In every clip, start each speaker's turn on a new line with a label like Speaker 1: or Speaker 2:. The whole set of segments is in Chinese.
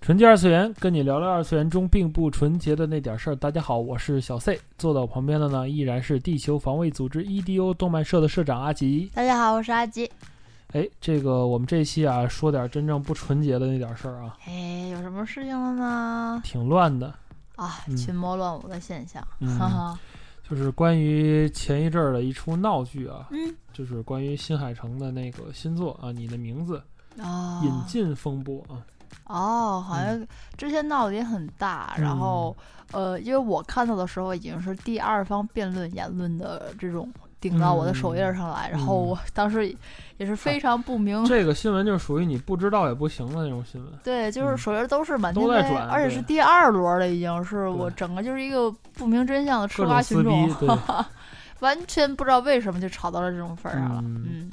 Speaker 1: 纯洁二次元，跟你聊聊二次元中并不纯洁的那点事儿。大家好，我是小 C，坐在我旁边的呢依然是地球防卫组织 EDO 动漫社的社长阿吉。
Speaker 2: 大家好，我是阿吉。
Speaker 1: 哎，这个我们这期啊说点真正不纯洁的那点事儿啊，
Speaker 2: 哎，有什么事情了呢？
Speaker 1: 挺乱的，
Speaker 2: 啊，
Speaker 1: 嗯
Speaker 2: 群魔乱舞的现象，
Speaker 1: 嗯
Speaker 2: 哈哈。
Speaker 1: 就是关于前一阵儿的一出闹剧啊，
Speaker 2: 嗯
Speaker 1: 就是关于新海诚的那个新作啊，《你的名字》
Speaker 2: 啊，
Speaker 1: 嗯引进风波啊，
Speaker 2: 哦，好像之前闹得也很大，然后
Speaker 1: 嗯
Speaker 2: 呃，因为我看到的时候已经是第二方辩论言论的这种顶到我的首页上来，然后
Speaker 1: 嗯
Speaker 2: 我当时也是非常不明。
Speaker 1: 这个新闻就属于你不知道也不行的那种新闻。
Speaker 2: 对，就是
Speaker 1: 嗯
Speaker 2: 首页都是满天
Speaker 1: 都在
Speaker 2: 飞
Speaker 1: 转
Speaker 2: 而且是
Speaker 1: 对
Speaker 2: 第二轮了，已经是我
Speaker 1: 对
Speaker 2: 整个就是一个不明真相的吃
Speaker 1: 各
Speaker 2: 瓜
Speaker 1: 种
Speaker 2: 群
Speaker 1: 撕逼
Speaker 2: 众，，
Speaker 1: 对，
Speaker 2: 完全不知道为什么就吵到了这种份儿上了。嗯
Speaker 1: 嗯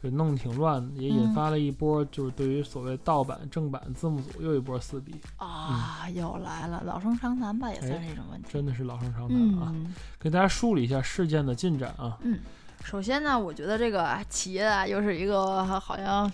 Speaker 1: 就弄得挺乱的，也引
Speaker 2: 嗯
Speaker 1: 发了一波就是对于所谓盗版、正版字幕组又一波撕逼，
Speaker 2: 啊，又来了，老生常谈吧，也
Speaker 1: 嗯
Speaker 2: 算
Speaker 1: 哎
Speaker 2: 是一种问题。
Speaker 1: 真的是老生常谈啊！
Speaker 2: 嗯，
Speaker 1: 给大家梳理一下事件的进展啊，
Speaker 2: 首先呢，我觉得这个企业啊，又是一个好像。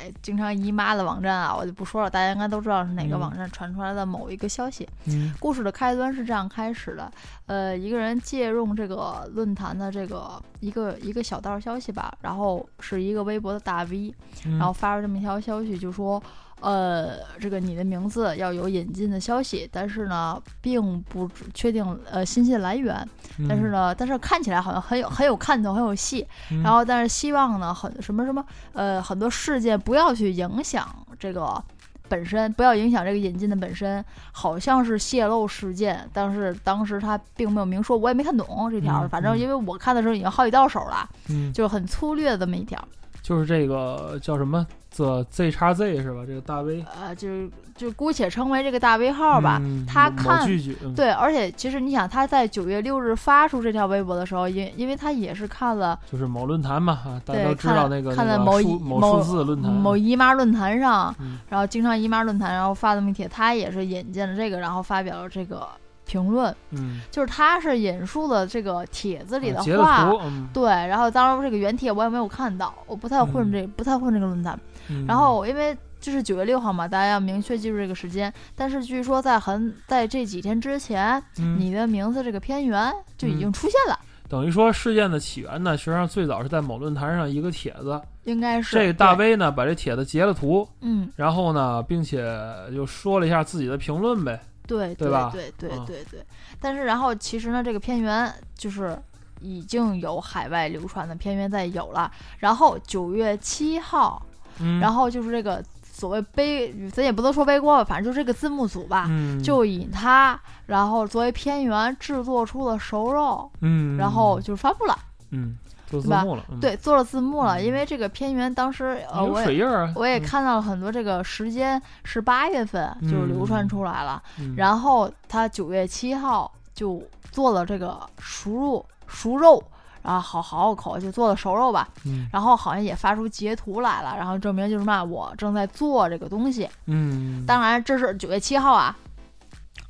Speaker 2: 哎，经常姨妈的网站啊，我就不说了，大家应该都知道是哪个
Speaker 1: 嗯
Speaker 2: 网站传出来的某一个消息。
Speaker 1: 嗯
Speaker 2: 故事的开端是这样开始的，呃，一个人借用这个论坛的这个一个一个小道消息吧，然后是一个微博的大 V，
Speaker 1: 嗯
Speaker 2: 然后发出这么一条消息，就说，呃，这个你的名字要有引进的消息，但是呢，并不确定呃信息的来源，但是，呢，但是看起来好像很有很有看头，很有戏，
Speaker 1: 嗯
Speaker 2: 然后但是希望呢，很什么什么呃很多事件不要去影响这个。本身不要影响这个引进的本身，好像是泄露事件，但是当时他并没有明说，我也没看懂这条。
Speaker 1: 嗯
Speaker 2: 反正
Speaker 1: 嗯
Speaker 2: 因为我看的时候已经好几到手了，
Speaker 1: 嗯，
Speaker 2: 就是很粗略的这么一条。
Speaker 1: 就是这个叫什么 the Z x Z 是吧？这个大 V
Speaker 2: 呃，就是就姑且称为这个大 V 号吧。
Speaker 1: 嗯
Speaker 2: 他
Speaker 1: 某
Speaker 2: 看
Speaker 1: 某句句，嗯，
Speaker 2: 对，而且其实你想，他在九月六日发出这条微博的时候，因因为他也是看了
Speaker 1: 就是某论坛嘛啊，大家
Speaker 2: 对
Speaker 1: 都知
Speaker 2: 看
Speaker 1: 道
Speaker 2: 了
Speaker 1: 那个
Speaker 2: 看
Speaker 1: 那
Speaker 2: 了
Speaker 1: 个
Speaker 2: 某
Speaker 1: 数
Speaker 2: 一某
Speaker 1: 某数字论坛，啊
Speaker 2: 某姨妈论坛上，
Speaker 1: 嗯
Speaker 2: 然后经常姨妈论坛，然后发的媒体，他也是引进了这个，然后发表了这个评论，
Speaker 1: 嗯，
Speaker 2: 就是他是引述了这个帖子里
Speaker 1: 啊
Speaker 2: 的
Speaker 1: 截
Speaker 2: 话。
Speaker 1: 图，嗯
Speaker 2: 对，然后当时这个原帖我也没有看到，我不太混
Speaker 1: 嗯
Speaker 2: 这、不太混这个论坛。
Speaker 1: 嗯，
Speaker 2: 然后因为就是九月六号嘛，大家要明确记住这个时间。但是据说在很在这几天之前，
Speaker 1: 嗯
Speaker 2: 你的名字这个片源就已经出现了，
Speaker 1: 等于说事件的起源呢，实际上最早是在某论坛上一个帖子，
Speaker 2: 应该是
Speaker 1: 这个大
Speaker 2: 对
Speaker 1: V 呢把这帖子截了图，
Speaker 2: 嗯，
Speaker 1: 然后呢，并且就说了一下自己的评论呗。
Speaker 2: 对
Speaker 1: 对
Speaker 2: 对
Speaker 1: 吧
Speaker 2: 对对
Speaker 1: 嗯
Speaker 2: 对对。但是然后其实呢，这个片源就是已经有海外流传的片源在有了。然后九月七号，
Speaker 1: 嗯
Speaker 2: 然后就是这个所谓背，咱也不能说背锅吧，反正就是这个字幕组吧。
Speaker 1: 嗯，
Speaker 2: 就以它，然后作为片源制作出了熟肉，
Speaker 1: 嗯，
Speaker 2: 然后就发布了。
Speaker 1: 嗯，做字
Speaker 2: 对吧
Speaker 1: 幕了，嗯，
Speaker 2: 对，做了字幕了，
Speaker 1: 嗯
Speaker 2: 因为这个片源当时呃，
Speaker 1: 有
Speaker 2: 我
Speaker 1: 水
Speaker 2: 也
Speaker 1: 印儿啊，
Speaker 2: 我也
Speaker 1: 嗯，
Speaker 2: 看到了很多这个时间是八月份就流传出来了，
Speaker 1: 嗯
Speaker 2: 然后他九月七号就做了这个熟肉熟肉。啊，好好拗口，就做了熟肉吧。
Speaker 1: 嗯
Speaker 2: 然后好像也发出截图来了，然后证明就是嘛，我正在做这个东西。
Speaker 1: 嗯，
Speaker 2: 当然，这是九月七号啊。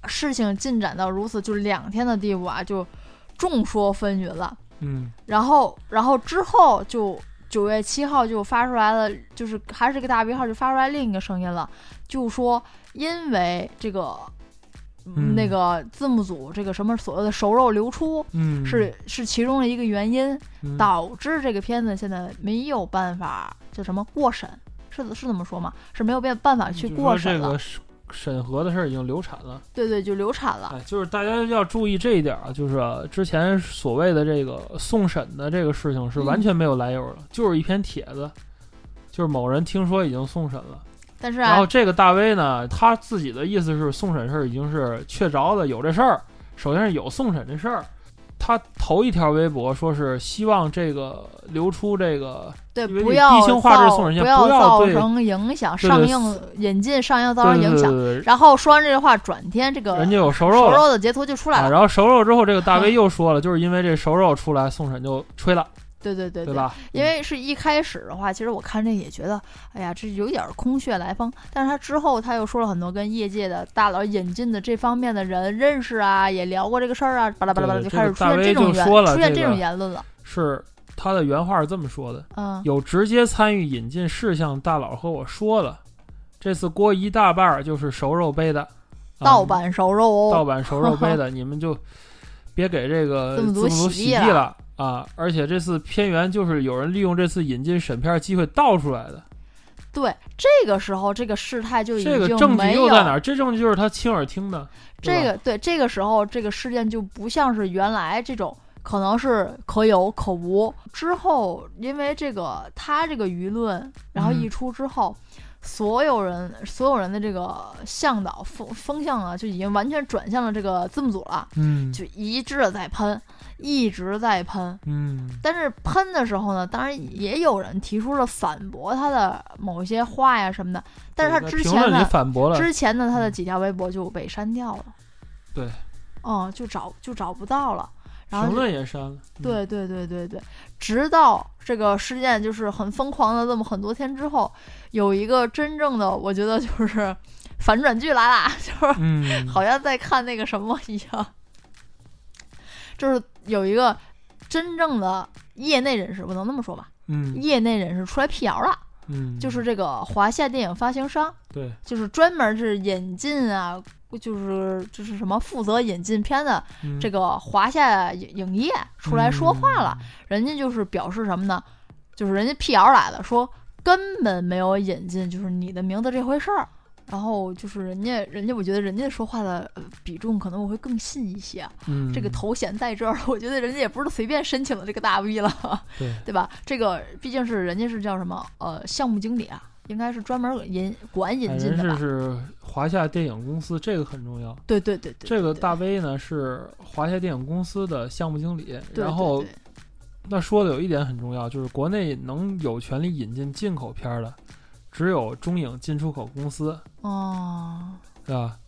Speaker 2: 事情进展到如此，就是两天的地步啊，就众说纷纭了。
Speaker 1: 嗯
Speaker 2: 然后，然后之后就九月七号就发出来了，就是还是这个大 V 号就发出来另一个声音了，就说因为这个、
Speaker 1: 嗯
Speaker 2: 那个字幕组这个什么所谓的熟肉流出。
Speaker 1: 嗯
Speaker 2: 是是其中的一个原因，
Speaker 1: 嗯
Speaker 2: 导致这个片子现在没有办法叫什么过审，是是这么说吗？是没有办办法去
Speaker 1: 就是
Speaker 2: 过
Speaker 1: 说
Speaker 2: 审
Speaker 1: 这
Speaker 2: 了。
Speaker 1: 个审审核的事儿已经流产了。
Speaker 2: 对对，就流产了。
Speaker 1: 哎，就是大家要注意这一点啊，就是啊之前所谓的这个送审的这个事情是
Speaker 2: 嗯
Speaker 1: 完全没有来由的，就是一篇帖子。就是某人听说已经送审了，
Speaker 2: 但是
Speaker 1: 然后
Speaker 2: 啊，
Speaker 1: 这个大 V 呢，他自己的意思是送审事儿已经是确凿的有这事儿，首先是有送审这事儿，他头一条微博说是希望这个流出这个
Speaker 2: 对，
Speaker 1: 因为
Speaker 2: 不
Speaker 1: 这
Speaker 2: 要
Speaker 1: 低清画质
Speaker 2: 造
Speaker 1: 送人家
Speaker 2: 不
Speaker 1: 不要
Speaker 2: 造
Speaker 1: 对
Speaker 2: 成影响，
Speaker 1: 对
Speaker 2: 上
Speaker 1: 对
Speaker 2: 映引进上映造
Speaker 1: 对
Speaker 2: 成
Speaker 1: 对
Speaker 2: 影响。
Speaker 1: 对对，
Speaker 2: 然后说完这句话，转天这个
Speaker 1: 人家有熟
Speaker 2: 熟
Speaker 1: 肉了。
Speaker 2: 肉的截图就出来
Speaker 1: 啊，
Speaker 2: 了。嗯
Speaker 1: 然后熟肉之后，这个大 V 又说了，就是因为这熟肉出来，宋沈就吹了，
Speaker 2: 对对对
Speaker 1: 对吧？嗯
Speaker 2: 因为是一开始的话，其实我看这也觉得，哎呀，这有点儿空穴来风。但是他之后他又说了很多跟业界的大佬引进的这方面的人认识啊，也聊过这个事儿啊，巴拉巴拉巴拉，
Speaker 1: 对
Speaker 2: 就
Speaker 1: 这
Speaker 2: 开
Speaker 1: 个
Speaker 2: 始出
Speaker 1: 大
Speaker 2: 现
Speaker 1: V
Speaker 2: 这种
Speaker 1: 就
Speaker 2: 言，
Speaker 1: 说了
Speaker 2: 出现
Speaker 1: 这
Speaker 2: 这种
Speaker 1: 个
Speaker 2: 言论了。
Speaker 1: 是他的原话是这么说的：
Speaker 2: 嗯，
Speaker 1: 有直接参与引进事项大佬和我说了，这次锅一大半儿就是熟肉背的，啊
Speaker 2: 盗、版熟肉哦，
Speaker 1: 盗版熟肉背 的，你们就别给这个
Speaker 2: 字幕组
Speaker 1: 字幕组
Speaker 2: 洗
Speaker 1: 洗
Speaker 2: 地
Speaker 1: 地了啊！而且这次片源就是有人利用这次引进审片机会盗出来的，
Speaker 2: 对，这个时候这个事态就已
Speaker 1: 这
Speaker 2: 经没有
Speaker 1: 个证据又在哪儿？这证据就是他亲耳听的，对吧
Speaker 2: 这个对这个时候这个事件就不像是原来这种。可能是可有可无。之后，因为这个他这个舆论，然后
Speaker 1: 嗯
Speaker 2: 一出之后，所有人所有人的这个向导风风向啊，就已经完全转向了这个字幕组了，
Speaker 1: 嗯
Speaker 2: 就一致的在喷，一直在喷。
Speaker 1: 嗯，
Speaker 2: 但是喷的时候呢，当然也有人提出了反驳他的某一些话呀什么的，但是他
Speaker 1: 对
Speaker 2: 之
Speaker 1: 评
Speaker 2: 前
Speaker 1: 论里
Speaker 2: 呢，
Speaker 1: 反驳了，
Speaker 2: 之前的他的几条微博就被删掉了。
Speaker 1: 对。
Speaker 2: 嗯，就找就找不到了。然后
Speaker 1: 评
Speaker 2: 就
Speaker 1: 论也删了，嗯，
Speaker 2: 对对对对对，直到这个事件就是很疯狂的这么很多天之后，有一个真正的，我觉得就是反转剧来啦，就是
Speaker 1: 嗯，
Speaker 2: 好像在看那个什么一样，就是有一个真正的业内人士，我能那么说吧？
Speaker 1: 嗯
Speaker 2: 业内人士出来辟谣了，
Speaker 1: 嗯，
Speaker 2: 就是这个华夏电影发行商，
Speaker 1: 对，
Speaker 2: 就是专门是引进啊，就是就是什么负责引进片的
Speaker 1: 嗯
Speaker 2: 这个华夏影影业出来说话了，，
Speaker 1: 嗯
Speaker 2: 人家就是表示什么呢？就是人家辟谣来了，说根本没有引进就是你的名字这回事儿。然后就是人家，人家我觉得人家说话的呃比重可能我会更信一些。啊
Speaker 1: 嗯，嗯
Speaker 2: 这个头衔在这儿，我觉得人家也不是随便申请的这个大 V 了，
Speaker 1: 对
Speaker 2: 对吧？这个毕竟是人家是叫什么呃项目经理啊，应该是专门引管引
Speaker 1: 哎
Speaker 2: 进
Speaker 1: 人
Speaker 2: 的
Speaker 1: 是
Speaker 2: 吧？
Speaker 1: 是华夏电影公司，这个很重要。
Speaker 2: 对对对对，
Speaker 1: 这个
Speaker 2: 对
Speaker 1: 大 V 呢是华夏电影公司的项目经理，
Speaker 2: 对
Speaker 1: 然
Speaker 2: 对
Speaker 1: 后
Speaker 2: 对
Speaker 1: 那说的有一点很重要，就是国内能有权利引进进口片儿的，只有中影进出口公司，
Speaker 2: 哦
Speaker 1: 对吧？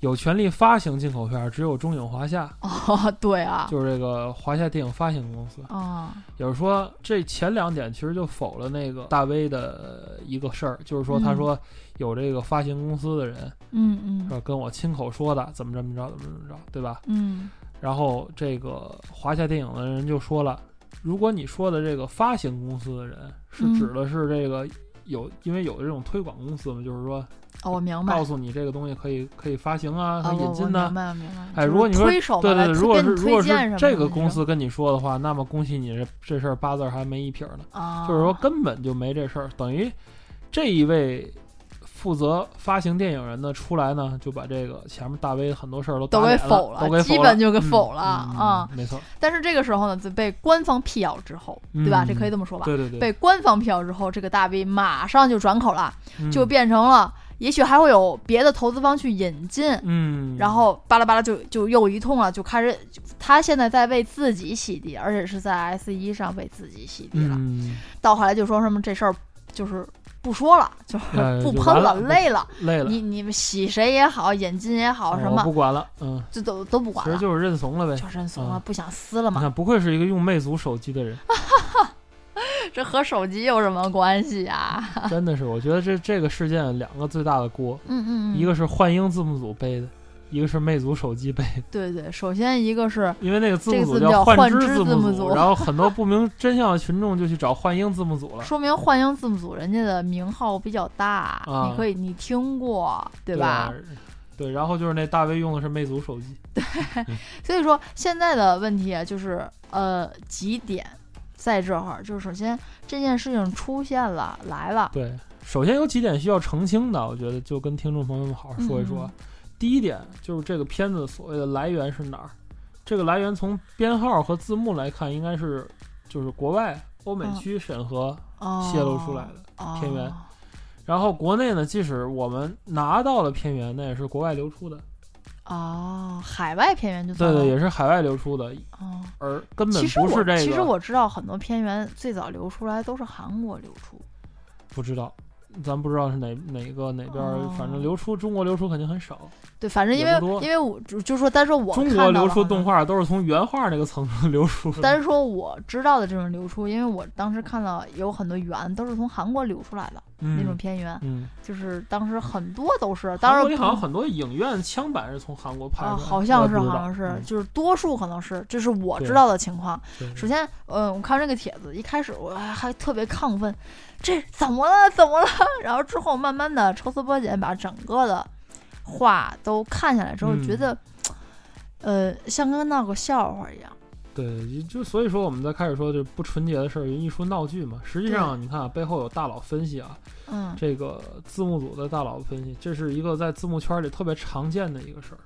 Speaker 1: 有权利发行进口片儿，只有中影华夏，
Speaker 2: 哦， 对啊，
Speaker 1: 就是这个华夏电影发行公司。
Speaker 2: 哦
Speaker 1: 也就是说，这前两点其实就否了那个大 V 的一个事儿，就是说他
Speaker 2: 嗯
Speaker 1: 说有这个发行公司的人、
Speaker 2: 嗯
Speaker 1: 是
Speaker 2: 嗯
Speaker 1: 吧跟我亲口说的，怎么怎么着，怎么怎么着，对吧？
Speaker 2: 嗯
Speaker 1: 然后这个华夏电影的人就说了，如果你说的这个发行公司的人是
Speaker 2: 嗯
Speaker 1: 指的是这个有，因为有的这种推广公司嘛，就是说
Speaker 2: 哦，我明白
Speaker 1: 告。诉你这个东西可以可以发行啊，
Speaker 2: 啊，
Speaker 1: 可以
Speaker 2: 我
Speaker 1: 引
Speaker 2: 我
Speaker 1: 进
Speaker 2: 明
Speaker 1: 呢、
Speaker 2: 白了明白了。
Speaker 1: 哎
Speaker 2: 就是
Speaker 1: 如果你说
Speaker 2: 推手
Speaker 1: 对
Speaker 2: 吧
Speaker 1: 对
Speaker 2: 来
Speaker 1: 对，
Speaker 2: 推
Speaker 1: 如果
Speaker 2: 给
Speaker 1: 是
Speaker 2: 你
Speaker 1: 如果
Speaker 2: 推荐什
Speaker 1: 是
Speaker 2: 么
Speaker 1: 这
Speaker 2: 的
Speaker 1: 个
Speaker 2: 那
Speaker 1: 公
Speaker 2: 种
Speaker 1: 司跟你说的话，那么恭喜你这这事儿八字儿还没一撇儿呢，
Speaker 2: 啊，
Speaker 1: 就是说根本就没这事儿，等于这一位负责发行电影人呢出来呢，就把这个前面大 V 很多事儿都
Speaker 2: 都
Speaker 1: 打
Speaker 2: 给
Speaker 1: 脸
Speaker 2: 否了
Speaker 1: 了，都给
Speaker 2: 基
Speaker 1: 否
Speaker 2: 本
Speaker 1: 了
Speaker 2: 就给
Speaker 1: 嗯
Speaker 2: 否了
Speaker 1: 嗯
Speaker 2: 啊
Speaker 1: 没错，
Speaker 2: 但是这个时候呢，就被官方辟谣之后，对吧？这可以这么说吧。
Speaker 1: 嗯对对对，
Speaker 2: 被官方辟谣之后，这个大 V 马上就转口了，
Speaker 1: 嗯
Speaker 2: 就变成了也许还会有别的投资方去引进，
Speaker 1: 嗯，
Speaker 2: 然后巴拉巴拉就就又一通了，就开始就他现在在为自己洗地，而且是在 S 一上为自己洗地了。
Speaker 1: 嗯，
Speaker 2: 到后来就说什么这事儿就是不说了，就是
Speaker 1: 哎
Speaker 2: 不
Speaker 1: 就
Speaker 2: 喷
Speaker 1: 完
Speaker 2: 了，
Speaker 1: 了
Speaker 2: 累了。
Speaker 1: 累了，啊
Speaker 2: 你你们洗谁也好，引进也好，什
Speaker 1: 我
Speaker 2: 么
Speaker 1: 哦不管了，嗯，
Speaker 2: 就都都不
Speaker 1: 其
Speaker 2: 管
Speaker 1: 实
Speaker 2: 了，
Speaker 1: 就是认怂了呗。
Speaker 2: 就认怂了，
Speaker 1: 嗯
Speaker 2: 不想撕了
Speaker 1: 你
Speaker 2: 嘛。
Speaker 1: 看，不愧是一个用魅族手机的 人，
Speaker 2: 这和手机有什么关系啊？
Speaker 1: 真的是，我觉得这这个事件两个最大的锅，
Speaker 2: 嗯嗯嗯，
Speaker 1: 一个是幻音字幕组背的，一个是魅族手机背的，
Speaker 2: 对对，首先一个是
Speaker 1: 因为那个字幕
Speaker 2: 这个
Speaker 1: 组
Speaker 2: 字叫
Speaker 1: 幻
Speaker 2: 幻
Speaker 1: 之
Speaker 2: 之字
Speaker 1: 幕
Speaker 2: 幕组
Speaker 1: 然后很多不明真相的群众就去找幻音字幕组了，
Speaker 2: 说明幻影字幕组人家的名号比较大，
Speaker 1: 啊
Speaker 2: 你可以你听过 对
Speaker 1: 对啊
Speaker 2: 吧？？
Speaker 1: 对，然后就是那大 V 用的是魅族手机，
Speaker 2: 所以说现在的问题啊，就是呃几点在这儿，就是首先这件事情出现了来了，
Speaker 1: 对，首先有几点需要澄清的，我觉得就跟听众朋友们好好说一说。
Speaker 2: 嗯
Speaker 1: 第一点就是这个片子所谓的来源是哪儿？这个来源从编号和字幕来看，应该是就是国外欧美区审核
Speaker 2: 哦、
Speaker 1: 泄露出来的。
Speaker 2: 哦
Speaker 1: 片源然后国内呢，即使我们拿到了片源，那也是国外流出的，
Speaker 2: 哦，海外片源就
Speaker 1: 对
Speaker 2: 算
Speaker 1: 对，
Speaker 2: 了
Speaker 1: 也是海外流出的，
Speaker 2: 哦，
Speaker 1: 而根本
Speaker 2: 其
Speaker 1: 不
Speaker 2: 实我
Speaker 1: 是这个。
Speaker 2: 其实我知道很多片源最早流出来都是韩国流出，
Speaker 1: 不知道，咱不知道是哪哪个哪边儿，
Speaker 2: 哦
Speaker 1: 反正流出中国流出肯定很少。
Speaker 2: 对，反正因为
Speaker 1: 也不多
Speaker 2: 因为我就就说单说我
Speaker 1: 中
Speaker 2: 看
Speaker 1: 国
Speaker 2: 到
Speaker 1: 流
Speaker 2: 了
Speaker 1: 出
Speaker 2: 好
Speaker 1: 动
Speaker 2: 像
Speaker 1: 画都是从原画那个层次 流出的。
Speaker 2: 单说我知道的这种流出，因为我当时看到有很多源都是从韩国流出来的、那种
Speaker 1: 嗯
Speaker 2: 片源，
Speaker 1: 嗯，
Speaker 2: 就是当时很多都是，
Speaker 1: 韩
Speaker 2: 当然
Speaker 1: 国里好像很多影院枪版是从韩国拍的，
Speaker 2: 啊，好像是
Speaker 1: 我也不知道
Speaker 2: 好像是，
Speaker 1: 嗯
Speaker 2: 就是多数可能是，这是我
Speaker 1: 对
Speaker 2: 知道的情况。
Speaker 1: 对
Speaker 2: 首先，嗯，我看这个帖子，一开始我还还特别亢奋，这怎么了？怎么了？ 然后之后慢慢的抽丝剥茧，把整个的话都看下来之后，
Speaker 1: 嗯
Speaker 2: 觉得，呃，像跟闹个笑话一样。
Speaker 1: 对，就所以说我们在开始说这不纯洁的事儿，一说闹剧嘛。实际上你看啊，背后有大佬分析啊，
Speaker 2: 嗯，
Speaker 1: 这个字幕组的大佬分析，这是一个在字幕圈里特别常见的一个事儿。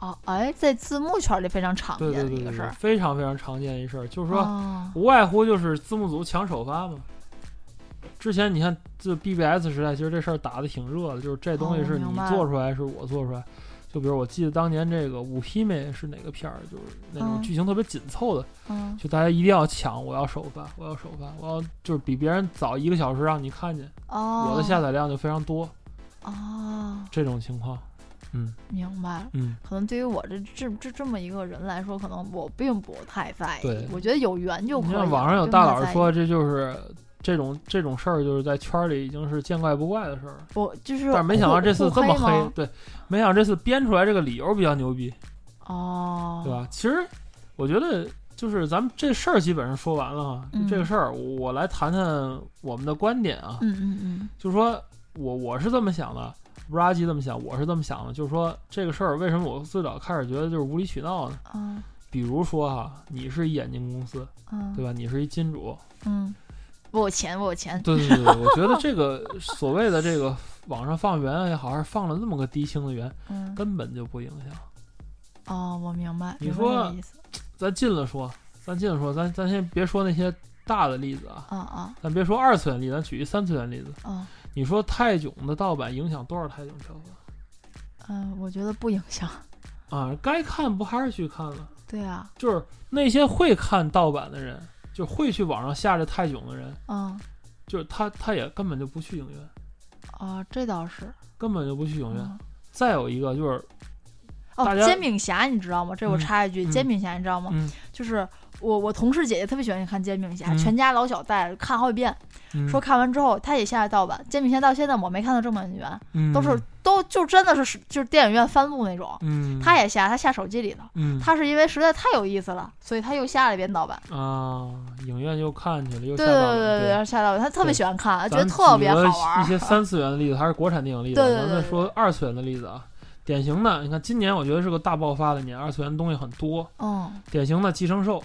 Speaker 2: 哦，哎，在字幕圈里非常常
Speaker 1: 对
Speaker 2: 见
Speaker 1: 对
Speaker 2: 的
Speaker 1: 对
Speaker 2: 一
Speaker 1: 对
Speaker 2: 个事
Speaker 1: 对，
Speaker 2: 儿。
Speaker 1: 非常非常常见的一事儿，就是说。
Speaker 2: 哦
Speaker 1: 无外乎就是字幕组抢首发嘛。之前你看，就 BBS 时代，其实这事儿打得挺热的，就是这东西
Speaker 2: 哦
Speaker 1: 是你
Speaker 2: 明白
Speaker 1: 做出来，是我做出来。就比如我记得当年这个《五匹妹》是哪个片儿，就是那种
Speaker 2: 嗯
Speaker 1: 剧情特别紧凑的，
Speaker 2: 嗯，
Speaker 1: 就大家一定要抢，我要首发，我要首发，我要就是比别人早一个小时让你看见，
Speaker 2: 哦，
Speaker 1: 我的下载量就非常多，
Speaker 2: 哦，
Speaker 1: 这种情况。嗯
Speaker 2: 明白了。
Speaker 1: 嗯，
Speaker 2: 可能对于我这这这这么一个人来说，可能我并不太在
Speaker 1: 对
Speaker 2: 意。我觉得有缘就可
Speaker 1: 你
Speaker 2: 以了。
Speaker 1: 看网上有
Speaker 2: 并
Speaker 1: 大
Speaker 2: 不
Speaker 1: 佬
Speaker 2: 在意
Speaker 1: 说，这就是这种这种事儿，就是在圈儿里已经是见怪不怪的事儿了。
Speaker 2: 我就是，
Speaker 1: 但是没想到
Speaker 2: 互
Speaker 1: 这次这么
Speaker 2: 互吗
Speaker 1: 黑，对，没想到这次编出来这个理由比较牛逼，
Speaker 2: 哦，
Speaker 1: 对吧？其实我觉得就是咱们这事儿基本上说完了哈，
Speaker 2: 嗯
Speaker 1: 这个事儿我来谈谈我们的观点啊，
Speaker 2: 嗯嗯嗯，
Speaker 1: 就是说我我是这么想的，不是阿基这么想，我是这么想的，就是说这个事儿为什么我最早开始觉得就是无理取闹呢？
Speaker 2: 啊
Speaker 1: 比如说哈、你是一眼镜公司，
Speaker 2: 嗯，
Speaker 1: 对吧？你是一金主，
Speaker 2: 嗯，我有钱，我有钱，
Speaker 1: 对对对，对我觉得这个所谓的这个网上放源也好，还是放了那么个低清的源，
Speaker 2: 嗯，
Speaker 1: 根本就不影响。
Speaker 2: 哦，我明白，
Speaker 1: 你
Speaker 2: 明白
Speaker 1: 说
Speaker 2: 这个意思，
Speaker 1: 咱近了说，咱近了说，咱咱先别说那些大的例子啊，
Speaker 2: 啊啊
Speaker 1: 咱别说二次元例子，咱举一三次元例子。
Speaker 2: 啊，
Speaker 1: 你说泰囧的盗版影响多少泰囧票房
Speaker 2: 嗯，我觉得不影响，
Speaker 1: 啊？该看不还是去看了？
Speaker 2: 对啊，
Speaker 1: 就是那些会看盗版的人，就会去网上下这泰囧的人，
Speaker 2: 嗯
Speaker 1: 就是他他也根本就不去影院，
Speaker 2: 啊，这倒是，
Speaker 1: 根本就不去影院。
Speaker 2: 嗯
Speaker 1: 再有一个就是，大
Speaker 2: 哦，
Speaker 1: 家
Speaker 2: 煎饼侠你知道吗？这我
Speaker 1: 嗯
Speaker 2: 插一句，
Speaker 1: 嗯
Speaker 2: 煎饼侠你知道吗？
Speaker 1: 嗯
Speaker 2: 就是我我同事姐姐特别喜欢看煎饼侠，
Speaker 1: 嗯
Speaker 2: 全家老小带着看好几遍，
Speaker 1: 嗯
Speaker 2: 说看完之后她也下了盗版，煎饼侠到现在我没看到正版源，
Speaker 1: 嗯
Speaker 2: 都是都就真的是就是电影院翻录那种，
Speaker 1: 嗯，
Speaker 2: 她也下，她下手机里头。
Speaker 1: 嗯
Speaker 2: 他是因为实在太有意思了，所以他又下了一遍盗版。
Speaker 1: 啊，影院又看去了，又下
Speaker 2: 对
Speaker 1: 盗
Speaker 2: 对
Speaker 1: 版
Speaker 2: 对
Speaker 1: 对
Speaker 2: 对，下盗版，他特别
Speaker 1: 对
Speaker 2: 喜欢看，觉
Speaker 1: 咱
Speaker 2: 得特别好
Speaker 1: 举
Speaker 2: 玩
Speaker 1: 了
Speaker 2: 儿。
Speaker 1: 一些三次元的例子，还是国产电影例子啊，
Speaker 2: 对对对
Speaker 1: 咱再
Speaker 2: 对
Speaker 1: 说二次元的例子啊。典型的，你看今年我觉得是个大爆发的年，二次元东西很多。
Speaker 2: 嗯，
Speaker 1: 典型的《寄生兽》，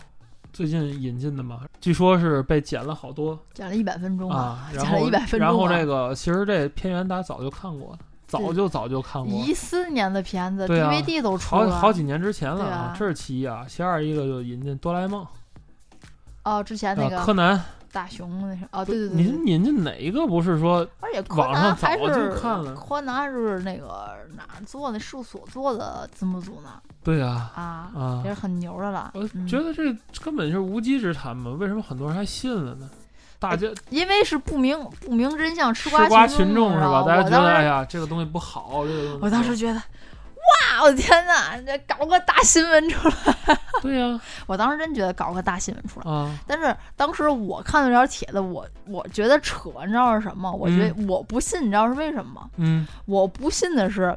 Speaker 1: 最近引进的嘛，据说是被剪了好多
Speaker 2: 讲了一百分钟吧，
Speaker 1: 啊。然
Speaker 2: 讲了
Speaker 1: 后
Speaker 2: 一百分钟啊。
Speaker 1: 然后这个其实这片源大家早就看过了，早
Speaker 2: 对
Speaker 1: 就早就看过了，
Speaker 2: 一四年的片子
Speaker 1: 对啊
Speaker 2: ，DVD 都出
Speaker 1: 好
Speaker 2: 了，
Speaker 1: 好几年之前了
Speaker 2: 对
Speaker 1: 啊
Speaker 2: 啊。
Speaker 1: 这是其一啊，其二一个就引进《哆啦 A 梦》
Speaker 2: 哦，之前那
Speaker 1: 啊，柯
Speaker 2: 个
Speaker 1: 南。
Speaker 2: 大熊那是哦，对对对对，
Speaker 1: 您引进哪一个不是说
Speaker 2: 而且柯
Speaker 1: 网上
Speaker 2: 南
Speaker 1: 早
Speaker 2: 还
Speaker 1: 就是看了
Speaker 2: 柯南是那个哪儿做的事务所做的字幕组呢？
Speaker 1: 对啊
Speaker 2: 啊，
Speaker 1: 啊
Speaker 2: 也是很牛的了。
Speaker 1: 我
Speaker 2: 嗯
Speaker 1: 觉得这根本就是无稽之谈嘛，为什么很多人还信了呢？大家
Speaker 2: 因为是不明不明真相哎吃
Speaker 1: 吃
Speaker 2: 瓜
Speaker 1: 瓜
Speaker 2: 群
Speaker 1: 群众是吧？
Speaker 2: 我
Speaker 1: 大家觉哎
Speaker 2: 当
Speaker 1: 得
Speaker 2: 时
Speaker 1: 哎呀，这个东西不好，这个东西
Speaker 2: 我当时觉得，哇，我的天哪，这搞个大新闻出来！
Speaker 1: 对呀
Speaker 2: 我当时真觉得搞个大新闻出来。
Speaker 1: 啊，
Speaker 2: 但是当时我看到这条帖子，我我觉得扯，你知道是什么？我觉得我不信，你知道是为什么吗？
Speaker 1: 嗯
Speaker 2: 我不信的是，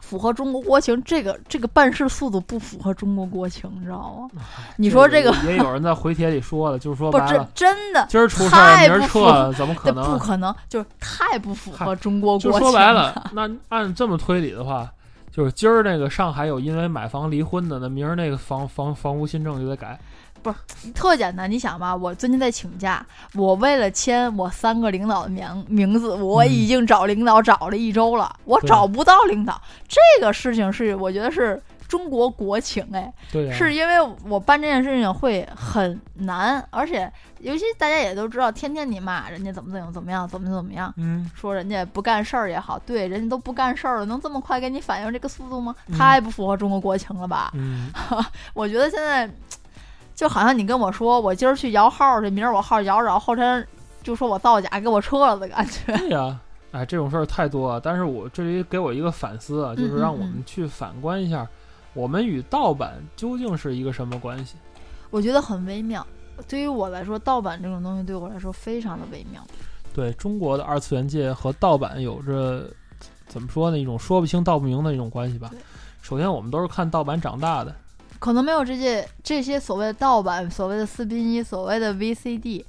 Speaker 2: 符合中国国情这个这个办事速度不符合中国国情，你知道吗？你说这个
Speaker 1: 也有人在回帖里说了，就是说
Speaker 2: 不
Speaker 1: 白
Speaker 2: 真
Speaker 1: 了，
Speaker 2: 真的，
Speaker 1: 今儿出事儿，
Speaker 2: 太
Speaker 1: 明儿
Speaker 2: 不
Speaker 1: 撤
Speaker 2: 符
Speaker 1: 了，怎么可
Speaker 2: 这不
Speaker 1: 能？
Speaker 2: 可能，就是太不符
Speaker 1: 嗨
Speaker 2: 合中国
Speaker 1: 就
Speaker 2: 国情。啊
Speaker 1: 说白，了，那按这么推理的话，就是今儿那个上海有因为买房离婚的，那明儿那个房房房屋新政就得改，
Speaker 2: 特简单，你想吧，我最近在请假，我为了签我三个领导的名名字，我已经找领导找了一周了，我
Speaker 1: 嗯对
Speaker 2: 找不到领导。这个事情是我觉得是中国国情哎，
Speaker 1: 对啊呀、
Speaker 2: 是因为我办这件事情会很难，而且尤其大家也都知道，天天你骂人家怎么怎么怎么样，怎么怎么样，
Speaker 1: 嗯，
Speaker 2: 说人家不干事儿也好，对，人家都不干事儿了，能这么快给你反应这个速度吗？
Speaker 1: 嗯
Speaker 2: 太不符合中国国情了吧？
Speaker 1: 嗯，
Speaker 2: 我觉得现在就好像你跟我说，我今儿去摇号去，明儿我号摇着，后天就说我造假给我撤了的感觉。
Speaker 1: 对呀、哎，这种事儿太多了。但是我这里给我一个反思啊，
Speaker 2: 嗯
Speaker 1: 就是让我们去反观一下，我们与盗版究竟是一个什么关系？
Speaker 2: 我觉得很微妙。对于我来说，盗版这种东西对我来说非常的微妙。
Speaker 1: 对中国的二次元界和盗版有着怎么说呢一种说不清道不明的一种关系吧
Speaker 2: 对。
Speaker 1: 首先，我们都是看盗版长大的，
Speaker 2: 可能没有这些这些所谓的盗版、所谓的四比一、所谓的 VCD，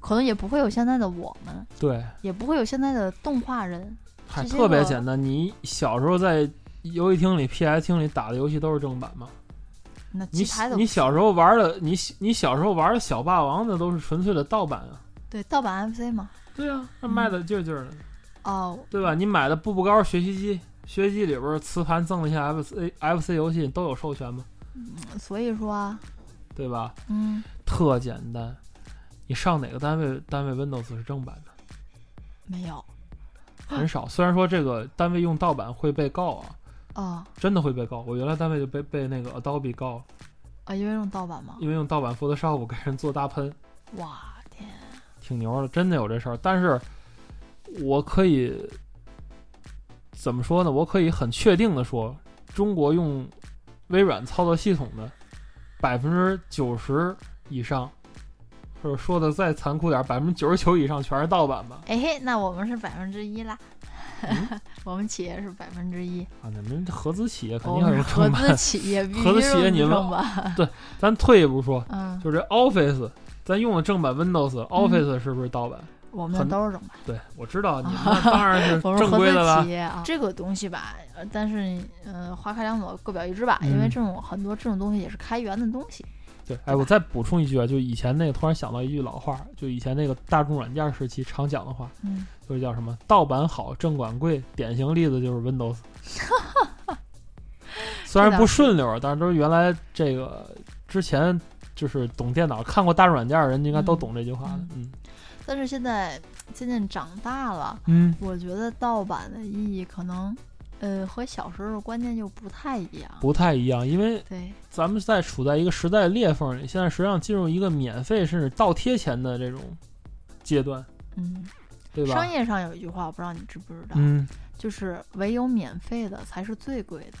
Speaker 2: 可能也不会有现在的我们，
Speaker 1: 对，
Speaker 2: 也不会有现在的动画人。
Speaker 1: 还
Speaker 2: 这些
Speaker 1: 特别
Speaker 2: 个
Speaker 1: 简单。你小时候在游戏厅里、PS 厅里打的游戏都是正版吗？
Speaker 2: 那
Speaker 1: 你
Speaker 2: 鸡排都
Speaker 1: 你小时候玩的，你你小时候玩的小霸王，那都是纯粹的盗版啊。
Speaker 2: 对盗版 FC 嘛？
Speaker 1: 对啊，那
Speaker 2: 嗯
Speaker 1: 卖的劲儿劲儿的，
Speaker 2: 哦，
Speaker 1: 对吧？你买的步步高学习机，学习机里边儿磁盘赠了一下 FC FC 游戏都有授权吗？
Speaker 2: 所以说啊，
Speaker 1: 对吧？
Speaker 2: 嗯，
Speaker 1: 特简单，你上哪个单位单位 Windows 是正版的？
Speaker 2: 没有
Speaker 1: 很少。虽然说这个单位用盗版会被告啊，
Speaker 2: 啊
Speaker 1: 真的会被告。我原来单位就被被那个 Adobe 告了，
Speaker 2: 啊，因为这种盗版嘛，
Speaker 1: 因为用盗版 Photoshop 给人做大喷。
Speaker 2: 哇天，
Speaker 1: 挺牛的，真的有这事儿。但是，我可以怎么说呢？我可以很确定的说，中国用微软操作系统的百分之九十以上，或者说的再残酷点儿，百分之九十九以上全是盗版吧？
Speaker 2: 哎嘿，那我们是百分之一啦，
Speaker 1: 嗯
Speaker 2: 我们企业是百分之一，
Speaker 1: 啊，你们合资企业肯
Speaker 2: 我
Speaker 1: 定要
Speaker 2: 们
Speaker 1: 有
Speaker 2: 是哦合
Speaker 1: 正
Speaker 2: 资
Speaker 1: 版。
Speaker 2: 企业，必
Speaker 1: 合
Speaker 2: 须
Speaker 1: 资企业你
Speaker 2: 用
Speaker 1: 们
Speaker 2: 正版，
Speaker 1: 咱退一步说，
Speaker 2: 嗯，
Speaker 1: 就这 Office，咱用的正版 Windows，Office 是不是盗版？
Speaker 2: 我们那
Speaker 1: 很
Speaker 2: 都是正版，
Speaker 1: 对，我知道你们 那当然是
Speaker 2: 我们是
Speaker 1: 正
Speaker 2: 合
Speaker 1: 规的
Speaker 2: 资
Speaker 1: 啦
Speaker 2: 企。业啊。这个东西吧，呃但是你呃，花开两朵，各表一枝吧，因为
Speaker 1: 嗯
Speaker 2: 这种很多这种东西也是开源的东西，
Speaker 1: 对，哎，我再补充一句啊，就以前那个突然想到一句老话，就以前那个大众软件时期常讲的话，
Speaker 2: 嗯，
Speaker 1: 就是叫什么“盗版好，正版贵”，典型例子就是 Windows。虽然不顺溜，但是都是原来这个之前就是懂电脑、看过大众软件的人，应该都懂这句话的。嗯
Speaker 2: 但是现在渐渐长大了，
Speaker 1: 嗯，
Speaker 2: 我觉得盗版的意义可能，呃，和小时候的观念又不太一样。
Speaker 1: 不太一样，因为
Speaker 2: 对，
Speaker 1: 咱们在处在一个时代裂缝里，现在实际上进入一个免费甚至倒贴钱的这种阶段，
Speaker 2: 嗯，
Speaker 1: 对吧
Speaker 2: 商？业上有一句话，我不知道你知不知道，
Speaker 1: 嗯
Speaker 2: 就是唯有免费的才是最贵的。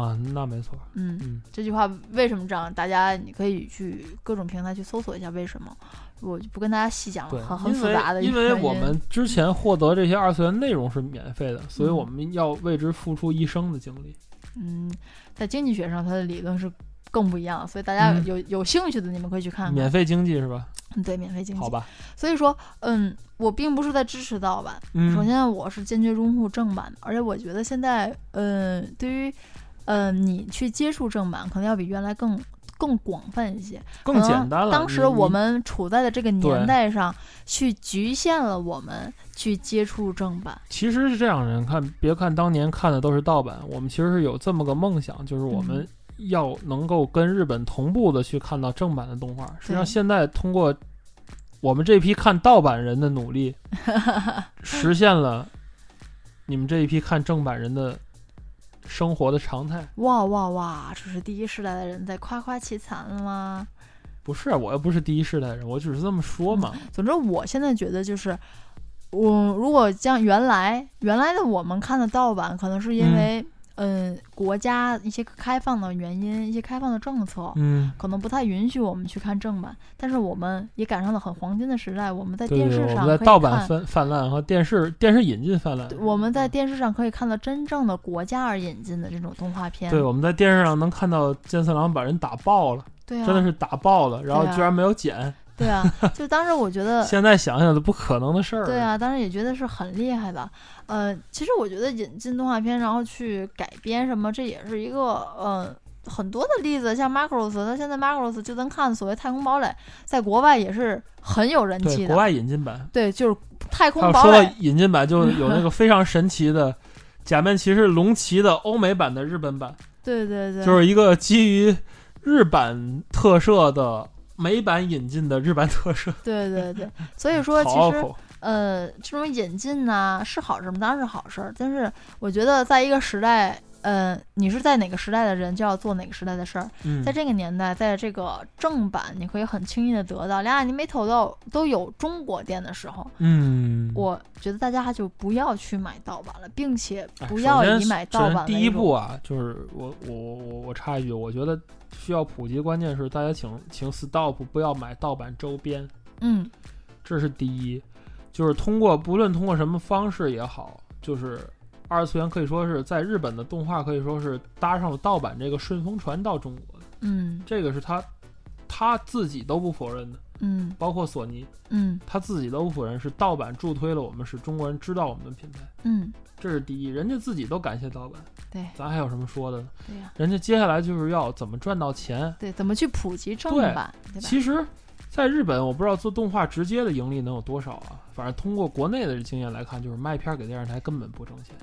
Speaker 1: 啊，那没错。
Speaker 2: 嗯，
Speaker 1: 嗯
Speaker 2: 这句话为什么这样？大家你可以去各种平台去搜索一下为什么，我就不跟大家细讲
Speaker 1: 对
Speaker 2: 了，很，很
Speaker 1: 因
Speaker 2: 啊复
Speaker 1: 为
Speaker 2: 杂的一
Speaker 1: 因
Speaker 2: 个
Speaker 1: 为
Speaker 2: 原
Speaker 1: 我
Speaker 2: 因
Speaker 1: 们之前获得这些二次元内容是免费的，所以
Speaker 2: 嗯
Speaker 1: 我们要为之付出一生的精力。
Speaker 2: 嗯，在经济学上它的理论是更不一样，所以大家
Speaker 1: 嗯
Speaker 2: 有、有兴趣的你们可以去看看
Speaker 1: 免。费经济是吧？
Speaker 2: 嗯对，免费啊经济。
Speaker 1: 好吧，
Speaker 2: 所以说，嗯，我并不是在支持盗版，
Speaker 1: 嗯，
Speaker 2: 首先我是坚决拥护正版的，而且我觉得现在，嗯、对于，嗯、你去接触正版，可能要比原来更更广泛一些。
Speaker 1: 更
Speaker 2: 可能
Speaker 1: 简单了。
Speaker 2: 呃当
Speaker 1: 你
Speaker 2: 时我
Speaker 1: 你
Speaker 2: 们处在的这个年
Speaker 1: 对
Speaker 2: 代上，去局限了我们去接触正版。
Speaker 1: 其实是这样的，你看，别看当年看的都是盗版，我们其实是有这么个梦想，就是我们
Speaker 2: 嗯
Speaker 1: 要能够跟日本同步的去看到正版的动画。实际上，
Speaker 2: 对
Speaker 1: 现在通过我们这批看盗版人的努 力，实现了你们这一批看正版人的生活的常态。
Speaker 2: 哇哇哇！这是第一时代的人在夸夸其谈啦。
Speaker 1: 不是，我又不是第一世代人，我只是这么说嘛。
Speaker 2: 总之，我现在觉得就是，我如果像原来原来的我们看的盗版，可能是因
Speaker 1: 嗯
Speaker 2: 为嗯、国家一些开放的原因，一些开放的政策。
Speaker 1: 嗯，
Speaker 2: 可能不太允许我们去看正版，但是我们也赶上了很黄金的时代。我们在
Speaker 1: 对
Speaker 2: 电
Speaker 1: 对，
Speaker 2: 视
Speaker 1: 我
Speaker 2: 上
Speaker 1: 们
Speaker 2: 可
Speaker 1: 在
Speaker 2: 以
Speaker 1: 盗版嗯
Speaker 2: 看
Speaker 1: 泛泛滥和电视电视引进泛滥
Speaker 2: 对，我们在电视上可以看到真正的国家而引进的这种动画片。
Speaker 1: 对我们在电视上能看到健次郎把人打爆了，
Speaker 2: 对啊，
Speaker 1: 真的是打爆了，然后
Speaker 2: 对啊
Speaker 1: 居然没有剪。
Speaker 2: 对 啊，就当时我觉得，
Speaker 1: 现在想想都不可能的事儿。
Speaker 2: 对，啊，当时也觉得是很厉害的。呃，其实我觉得引进动画片，然后去改编什么，这也是一个呃。很多的例子，像 Macross，他现在 Macross 就能看所谓《太空堡垒》，在国外也是很有人气
Speaker 1: 对，
Speaker 2: 的
Speaker 1: 国。外引进版。
Speaker 2: 对，就是《太
Speaker 1: 还
Speaker 2: 空
Speaker 1: 有
Speaker 2: 堡
Speaker 1: 说
Speaker 2: 垒
Speaker 1: 到》引 进版，就有那个非常神奇的假面骑士龙骑的欧美版的日本版，
Speaker 2: 对对对，
Speaker 1: 就是一个基于日版特摄的美版引进的日版特摄，
Speaker 2: 对对 对，所以说其
Speaker 1: 好拗
Speaker 2: 实
Speaker 1: 口。
Speaker 2: 呃，这种引进呐是好事吗？当然是好事儿，但是我觉得在一个时代，呃，你是在哪个时代的人，就要做哪个时代的事儿。
Speaker 1: 嗯
Speaker 2: 在，这个年代，在这个正版，你可以很轻易的得到，连阿尼没投到都有中国店的时候，
Speaker 1: 嗯，
Speaker 2: 我觉得大家就不要去买盗版了，并且
Speaker 1: 哎
Speaker 2: 不
Speaker 1: 首
Speaker 2: 要
Speaker 1: 先
Speaker 2: 以买
Speaker 1: 首
Speaker 2: 盗
Speaker 1: 先
Speaker 2: 版
Speaker 1: 第
Speaker 2: 为
Speaker 1: 一
Speaker 2: 荣
Speaker 1: 步啊，就是我我我我插一句，我觉得需要普及，关键是大家请请 stop，不要买盗版周边，
Speaker 2: 嗯，
Speaker 1: 这是第一。就是通过不论通过什么方式也好，就是二次元可以说是在日本的动画可以说是搭上了盗版这个顺风船到中国的，
Speaker 2: 嗯
Speaker 1: 这个是他他自己都不否认的，
Speaker 2: 嗯
Speaker 1: 包括索尼
Speaker 2: 嗯
Speaker 1: 他自己都不否认是盗版助推了我们，使中国人知道我们的品牌。
Speaker 2: 嗯，
Speaker 1: 这是第一，人家自己都感谢盗版，
Speaker 2: 对
Speaker 1: 咱还有什么说的呢？
Speaker 2: 对呀、
Speaker 1: 人家接下来就是要怎么赚到钱。
Speaker 2: 对，怎么去普及正
Speaker 1: 对
Speaker 2: 版，对吧？
Speaker 1: 其实，在日本，我不知道做动画直接的盈利能有多少啊。反正通过国内的经验来看，就是卖片儿给电视台根本不挣钱，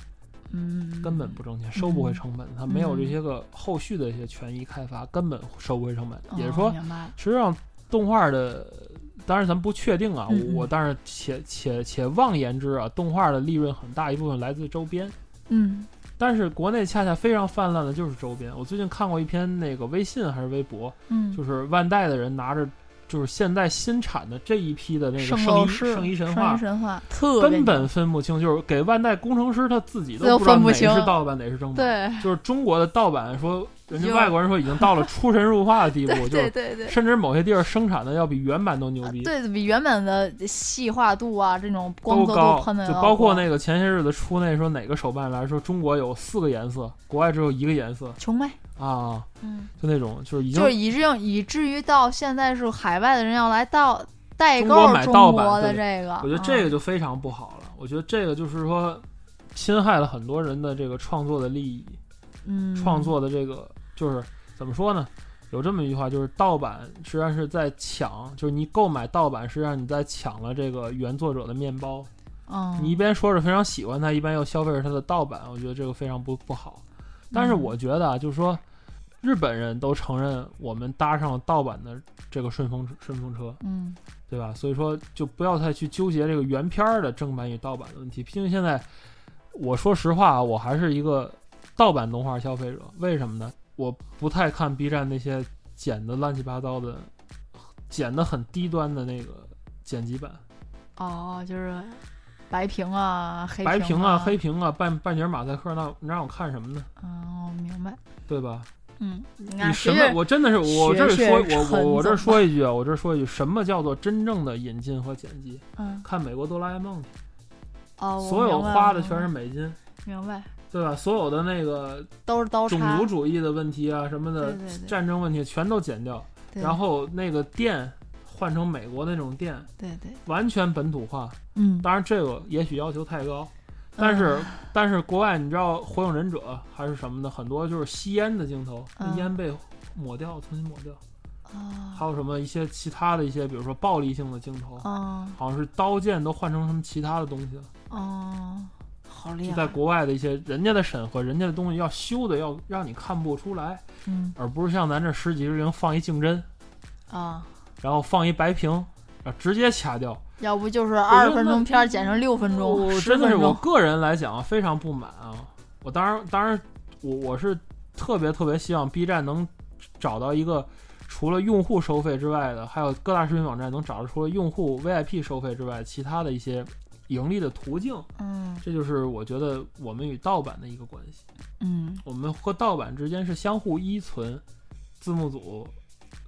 Speaker 2: 嗯，
Speaker 1: 根本不挣钱，收不回成本。它没有这些个后续的一些权益开发，根本收不回成本。也
Speaker 2: 哦
Speaker 1: 是说，
Speaker 2: 明白了，
Speaker 1: 实际上动画的，当然咱们不确定啊，
Speaker 2: 嗯嗯
Speaker 1: 我当然且且且妄言之啊，动画的利润很大一部分来自周边。
Speaker 2: 嗯
Speaker 1: 但是国内恰恰非常泛滥的就是周边。我最近看过一篇那个微信还是微博，
Speaker 2: 嗯，
Speaker 1: 就是万代的人拿着就是现在新产的这一批的那个
Speaker 2: 圣
Speaker 1: 圣
Speaker 2: 斗
Speaker 1: 衣
Speaker 2: 士、
Speaker 1: 圣衣神
Speaker 2: 圣
Speaker 1: 话
Speaker 2: 衣，神话特别
Speaker 1: 根
Speaker 2: 牛
Speaker 1: 本分不清，就是给万代工程师他自己
Speaker 2: 都
Speaker 1: 都不知道
Speaker 2: 分不
Speaker 1: 哪
Speaker 2: 清
Speaker 1: 是盗版哪是正版。
Speaker 2: 对
Speaker 1: 就是中国的盗版说，人
Speaker 2: 就
Speaker 1: 家
Speaker 2: 是
Speaker 1: 外国人说已经到了出神入化的地步，就是
Speaker 2: 对对对。
Speaker 1: 甚至某些地儿生产的要比原版都牛
Speaker 2: 啊
Speaker 1: 逼。
Speaker 2: 对比原本的细化度啊，这种光
Speaker 1: 都
Speaker 2: 泽
Speaker 1: 高
Speaker 2: 度喷的，
Speaker 1: 就包括那个前些日子出那说哪个手办来说，中国有四个颜色，国外只有一个颜色
Speaker 2: 穷妹，
Speaker 1: 啊，
Speaker 2: 嗯，
Speaker 1: 就那种就是已经
Speaker 2: 就是以至以至于到现在是海外的人要来到代
Speaker 1: 中国
Speaker 2: 购
Speaker 1: 买
Speaker 2: 中
Speaker 1: 盗版
Speaker 2: 国的
Speaker 1: 对
Speaker 2: 这个，
Speaker 1: 我觉得这个
Speaker 2: 嗯
Speaker 1: 就非常不好了。我觉得这个就是说，侵害了很多人的这个创作的利益，
Speaker 2: 嗯
Speaker 1: 创作的这个就是怎么说呢？有这么一句话，就是盗版实际上是在抢，就是你购买盗版，实际上你在抢了这个原作者的面包。
Speaker 2: 嗯，
Speaker 1: 你一边说是非常喜欢他，一边又消费着他的盗版，我觉得这个非常不不好。但是
Speaker 2: 嗯
Speaker 1: 我觉得啊，就是说，日本人都承认我们搭上了盗版的这个顺风顺风车，
Speaker 2: 嗯
Speaker 1: 对吧？所以说，就不要太去纠结这个原片儿的正版与盗版的问题。毕竟现在，我说实话啊，我还是一个盗版动画消费者。为什么呢？我不太看 B 站那些剪的乱七八糟的、剪的很低端的那个剪辑版，
Speaker 2: 哦，就是白屏啊，黑
Speaker 1: 白
Speaker 2: 屏
Speaker 1: 屏
Speaker 2: 啊，
Speaker 1: 啊、黑屏啊、半半截马赛克，那那让我看什么呢？
Speaker 2: 嗯，我明白，
Speaker 1: 对吧？
Speaker 2: 嗯，你
Speaker 1: 你
Speaker 2: 看
Speaker 1: 什
Speaker 2: 其
Speaker 1: 么？
Speaker 2: 实
Speaker 1: 我真的是，我这儿
Speaker 2: 学
Speaker 1: 说，
Speaker 2: 学
Speaker 1: 我我我这儿
Speaker 2: 陈总
Speaker 1: 说一句啊，我这儿说一句，什么叫做真正的引进和剪辑？
Speaker 2: 嗯
Speaker 1: 看美国哆啦 A 梦去，
Speaker 2: 哦，我
Speaker 1: 所有
Speaker 2: 明白
Speaker 1: 花
Speaker 2: 了
Speaker 1: 的全是美金。
Speaker 2: 明白，
Speaker 1: 对吧？所有的那个
Speaker 2: 都是刀
Speaker 1: 种
Speaker 2: 叉
Speaker 1: 族，主义的问题啊，什么
Speaker 2: 对
Speaker 1: 的
Speaker 2: 对对
Speaker 1: 战争问题全都减掉，
Speaker 2: 对，
Speaker 1: 然后那个店换成美国那种店，
Speaker 2: 对对，
Speaker 1: 完全本土化。
Speaker 2: 嗯，
Speaker 1: 当然，这个也许要求太高，但是、但是国外你知道《火影忍者》还是什么的，很多就是吸烟的镜头，那
Speaker 2: 嗯
Speaker 1: 烟被抹掉，重新抹掉，
Speaker 2: 啊
Speaker 1: 还有什么一些其他的一些，比如说暴力性的镜头，
Speaker 2: 啊
Speaker 1: 好像是刀剑都换成什么其他的东西了。
Speaker 2: 啊，好厉
Speaker 1: 就
Speaker 2: 害，
Speaker 1: 在国外的一些人家的审核，人家的东西要修的，要让你看不出来。
Speaker 2: 嗯
Speaker 1: 而不是像咱这十几零放一竞争，
Speaker 2: 啊，
Speaker 1: 然后放一白屏，然后直接掐掉。
Speaker 2: 要不就是二十
Speaker 1: 那
Speaker 2: 分钟片儿剪成六分钟，
Speaker 1: 我
Speaker 2: 十
Speaker 1: 真的
Speaker 2: 分
Speaker 1: 是我
Speaker 2: 钟，
Speaker 1: 个人来讲啊非常不满啊！我当然当然，我我是特别特别希望 B 站能找到一个除了用户收费之外的，还有各大视频网站能找到除了用户 VIP 收费之外，其他的一些盈利的途径。
Speaker 2: 嗯
Speaker 1: 这就是我觉得我们与盗版的一个关系。
Speaker 2: 嗯
Speaker 1: 我们和盗版之间是相互依存，字幕组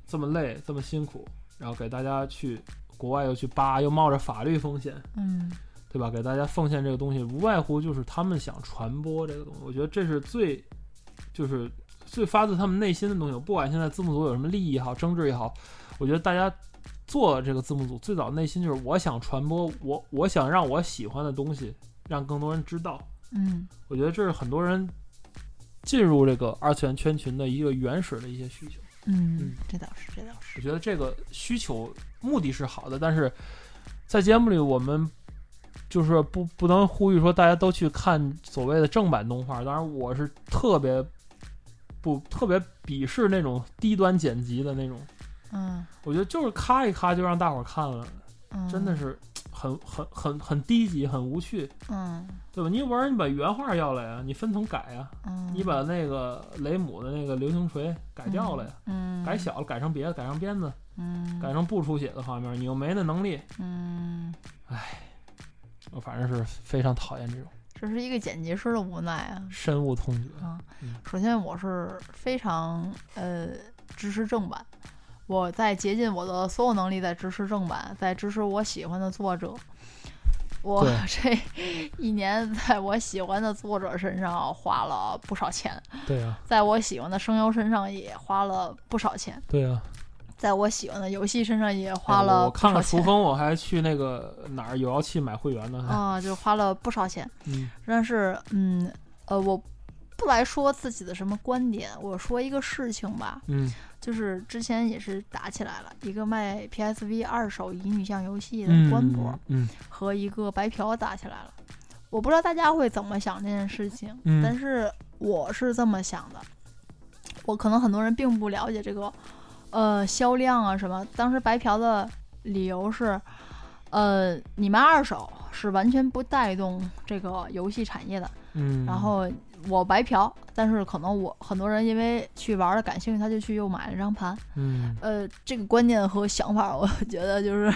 Speaker 1: 这么累这么辛苦，然后给大家去国外又去扒，又冒着法律风险，
Speaker 2: 嗯
Speaker 1: 对吧？给大家奉献这个东西，无外乎就是他们想传播这个东西。我觉得这是最，就是最发自他们内心的东西。不管现在字幕组有什么利益也好，争执也好，我觉得大家做这个字幕组最早内心就是我想传播我我想让我喜欢的东西，让更多人知道。
Speaker 2: 嗯
Speaker 1: 我觉得这是很多人进入这个二次元圈群的一个原始的一些需求。
Speaker 2: 嗯，这倒是这倒是，
Speaker 1: 我觉得这个需求目的是好的，但是在节目里我们就是不不能呼吁说大家都去看所谓的正版动画。当然，我是特别不特别鄙视那种低端剪辑的那种，
Speaker 2: 嗯，
Speaker 1: 我觉得就是咔一咔就让大伙儿看了，
Speaker 2: 嗯
Speaker 1: 真的，是很很很很低级，很无趣，
Speaker 2: 嗯
Speaker 1: 对吧？你玩儿你把原画要来啊，你分层改啊，
Speaker 2: 嗯，
Speaker 1: 你把那个雷姆的那个流星锤改掉了呀，
Speaker 2: 嗯，嗯，
Speaker 1: 改小了，改成别的，改成鞭子，
Speaker 2: 嗯，
Speaker 1: 改成不出血的画面，你又没那能力，
Speaker 2: 嗯，
Speaker 1: 我反正是非常讨厌这种
Speaker 2: 这是一个剪辑师的无奈啊。
Speaker 1: 深恶痛绝。
Speaker 2: 啊
Speaker 1: 嗯，
Speaker 2: 首先我是非常呃支持正版，我在竭尽我的所有能力在支持正版，在支持我喜欢的作者。我
Speaker 1: 对
Speaker 2: 这一年在我喜欢的作者身上花了不少钱，
Speaker 1: 对啊，
Speaker 2: 在我喜欢的声优身上也花了不少钱，
Speaker 1: 对啊，
Speaker 2: 在我喜欢的游戏身上也花
Speaker 1: 哎我
Speaker 2: 了
Speaker 1: 我
Speaker 2: 不
Speaker 1: 看
Speaker 2: 少
Speaker 1: 了楚
Speaker 2: 钱。
Speaker 1: 风，我还去那个哪儿有妖气买会员呢。还
Speaker 2: 啊、就花了不少钱。
Speaker 1: 嗯
Speaker 2: 但是，嗯，呃，我不来说自己的什么观点，我说一个事情吧。
Speaker 1: 嗯
Speaker 2: 就是之前也是打起来了，一个卖 PSV 二手乙女向游戏的
Speaker 1: 嗯，
Speaker 2: 官博、
Speaker 1: 嗯
Speaker 2: 和一个白嫖打起来了。我不知道大家会怎么想这件事情，
Speaker 1: 嗯
Speaker 2: 但是我是这么想的。我可能很多人并不了解这个，呃，销量啊什么。当时白嫖的理由是，呃，你卖二手是完全不带动这个游戏产业的，
Speaker 1: 嗯，
Speaker 2: 然后我白嫖，但是可能我很多人因为去玩了感兴趣，他就去又买了一张盘。
Speaker 1: 嗯，
Speaker 2: 呃，这个观念和想法，我觉得就是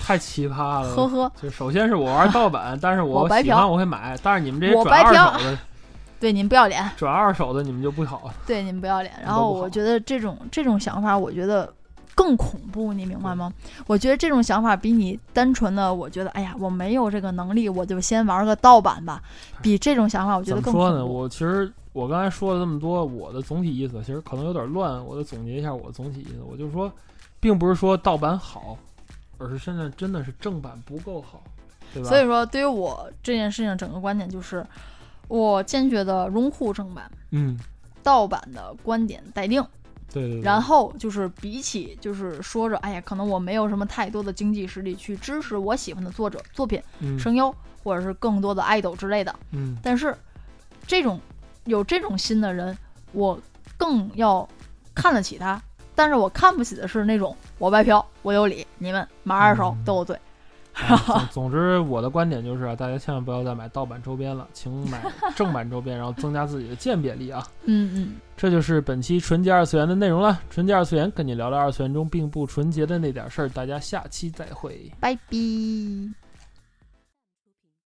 Speaker 1: 太奇葩了。
Speaker 2: 呵呵，
Speaker 1: 就首先是我玩盗版，但是
Speaker 2: 我白
Speaker 1: 喜
Speaker 2: 嫖
Speaker 1: 欢我会买，但是你们这些
Speaker 2: 我
Speaker 1: 转
Speaker 2: 白嫖
Speaker 1: 二手的，
Speaker 2: 对你们不要脸，
Speaker 1: 转二手的你们就不好。
Speaker 2: 对你们不要脸。然
Speaker 1: 都
Speaker 2: 后
Speaker 1: 不好
Speaker 2: 我觉得这种这种想法，我觉得更恐怖，你明白吗？我觉得这种想法比你单纯的，我觉得哎呀，我没有这个能力，我就先玩个盗版吧，比这种想法我觉
Speaker 1: 怎
Speaker 2: 得
Speaker 1: 么
Speaker 2: 更
Speaker 1: 说
Speaker 2: 恐
Speaker 1: 呢？
Speaker 2: 怖。
Speaker 1: 我其实我刚才说了这么多，我的总体意思其实可能有点乱，我得总结一下我的总体意思。我就说，并不是说盗版好，而是现在真的是正版不够好，对吧？
Speaker 2: 所以说，对于我这件事情，整个观点就是，我坚决的拥护正版。
Speaker 1: 嗯，
Speaker 2: 盗版的观点待定，
Speaker 1: 对对对。
Speaker 2: 然后就是比起就是说着，哎呀，可能我没有什么太多的经济实力去支持我喜欢的作者作品、
Speaker 1: 嗯
Speaker 2: 声优，或者是更多的爱豆之类的。
Speaker 1: 嗯
Speaker 2: 但是，这种有这种心的人，我更要看得起他。但是我看不起的是那种我白嫖，我有理，你们买二手
Speaker 1: 嗯
Speaker 2: 都有罪。
Speaker 1: 啊总总之，我的观点就是啊，大家千万不要再买盗版周边了，请 买正版周边，然后增加自己的鉴别力啊。
Speaker 2: 嗯嗯，
Speaker 1: 这就是本期纯洁二次元的内容了。纯洁二次元跟你聊聊二次元中并不纯洁的那点事儿，大家下期再会。
Speaker 2: 拜拜。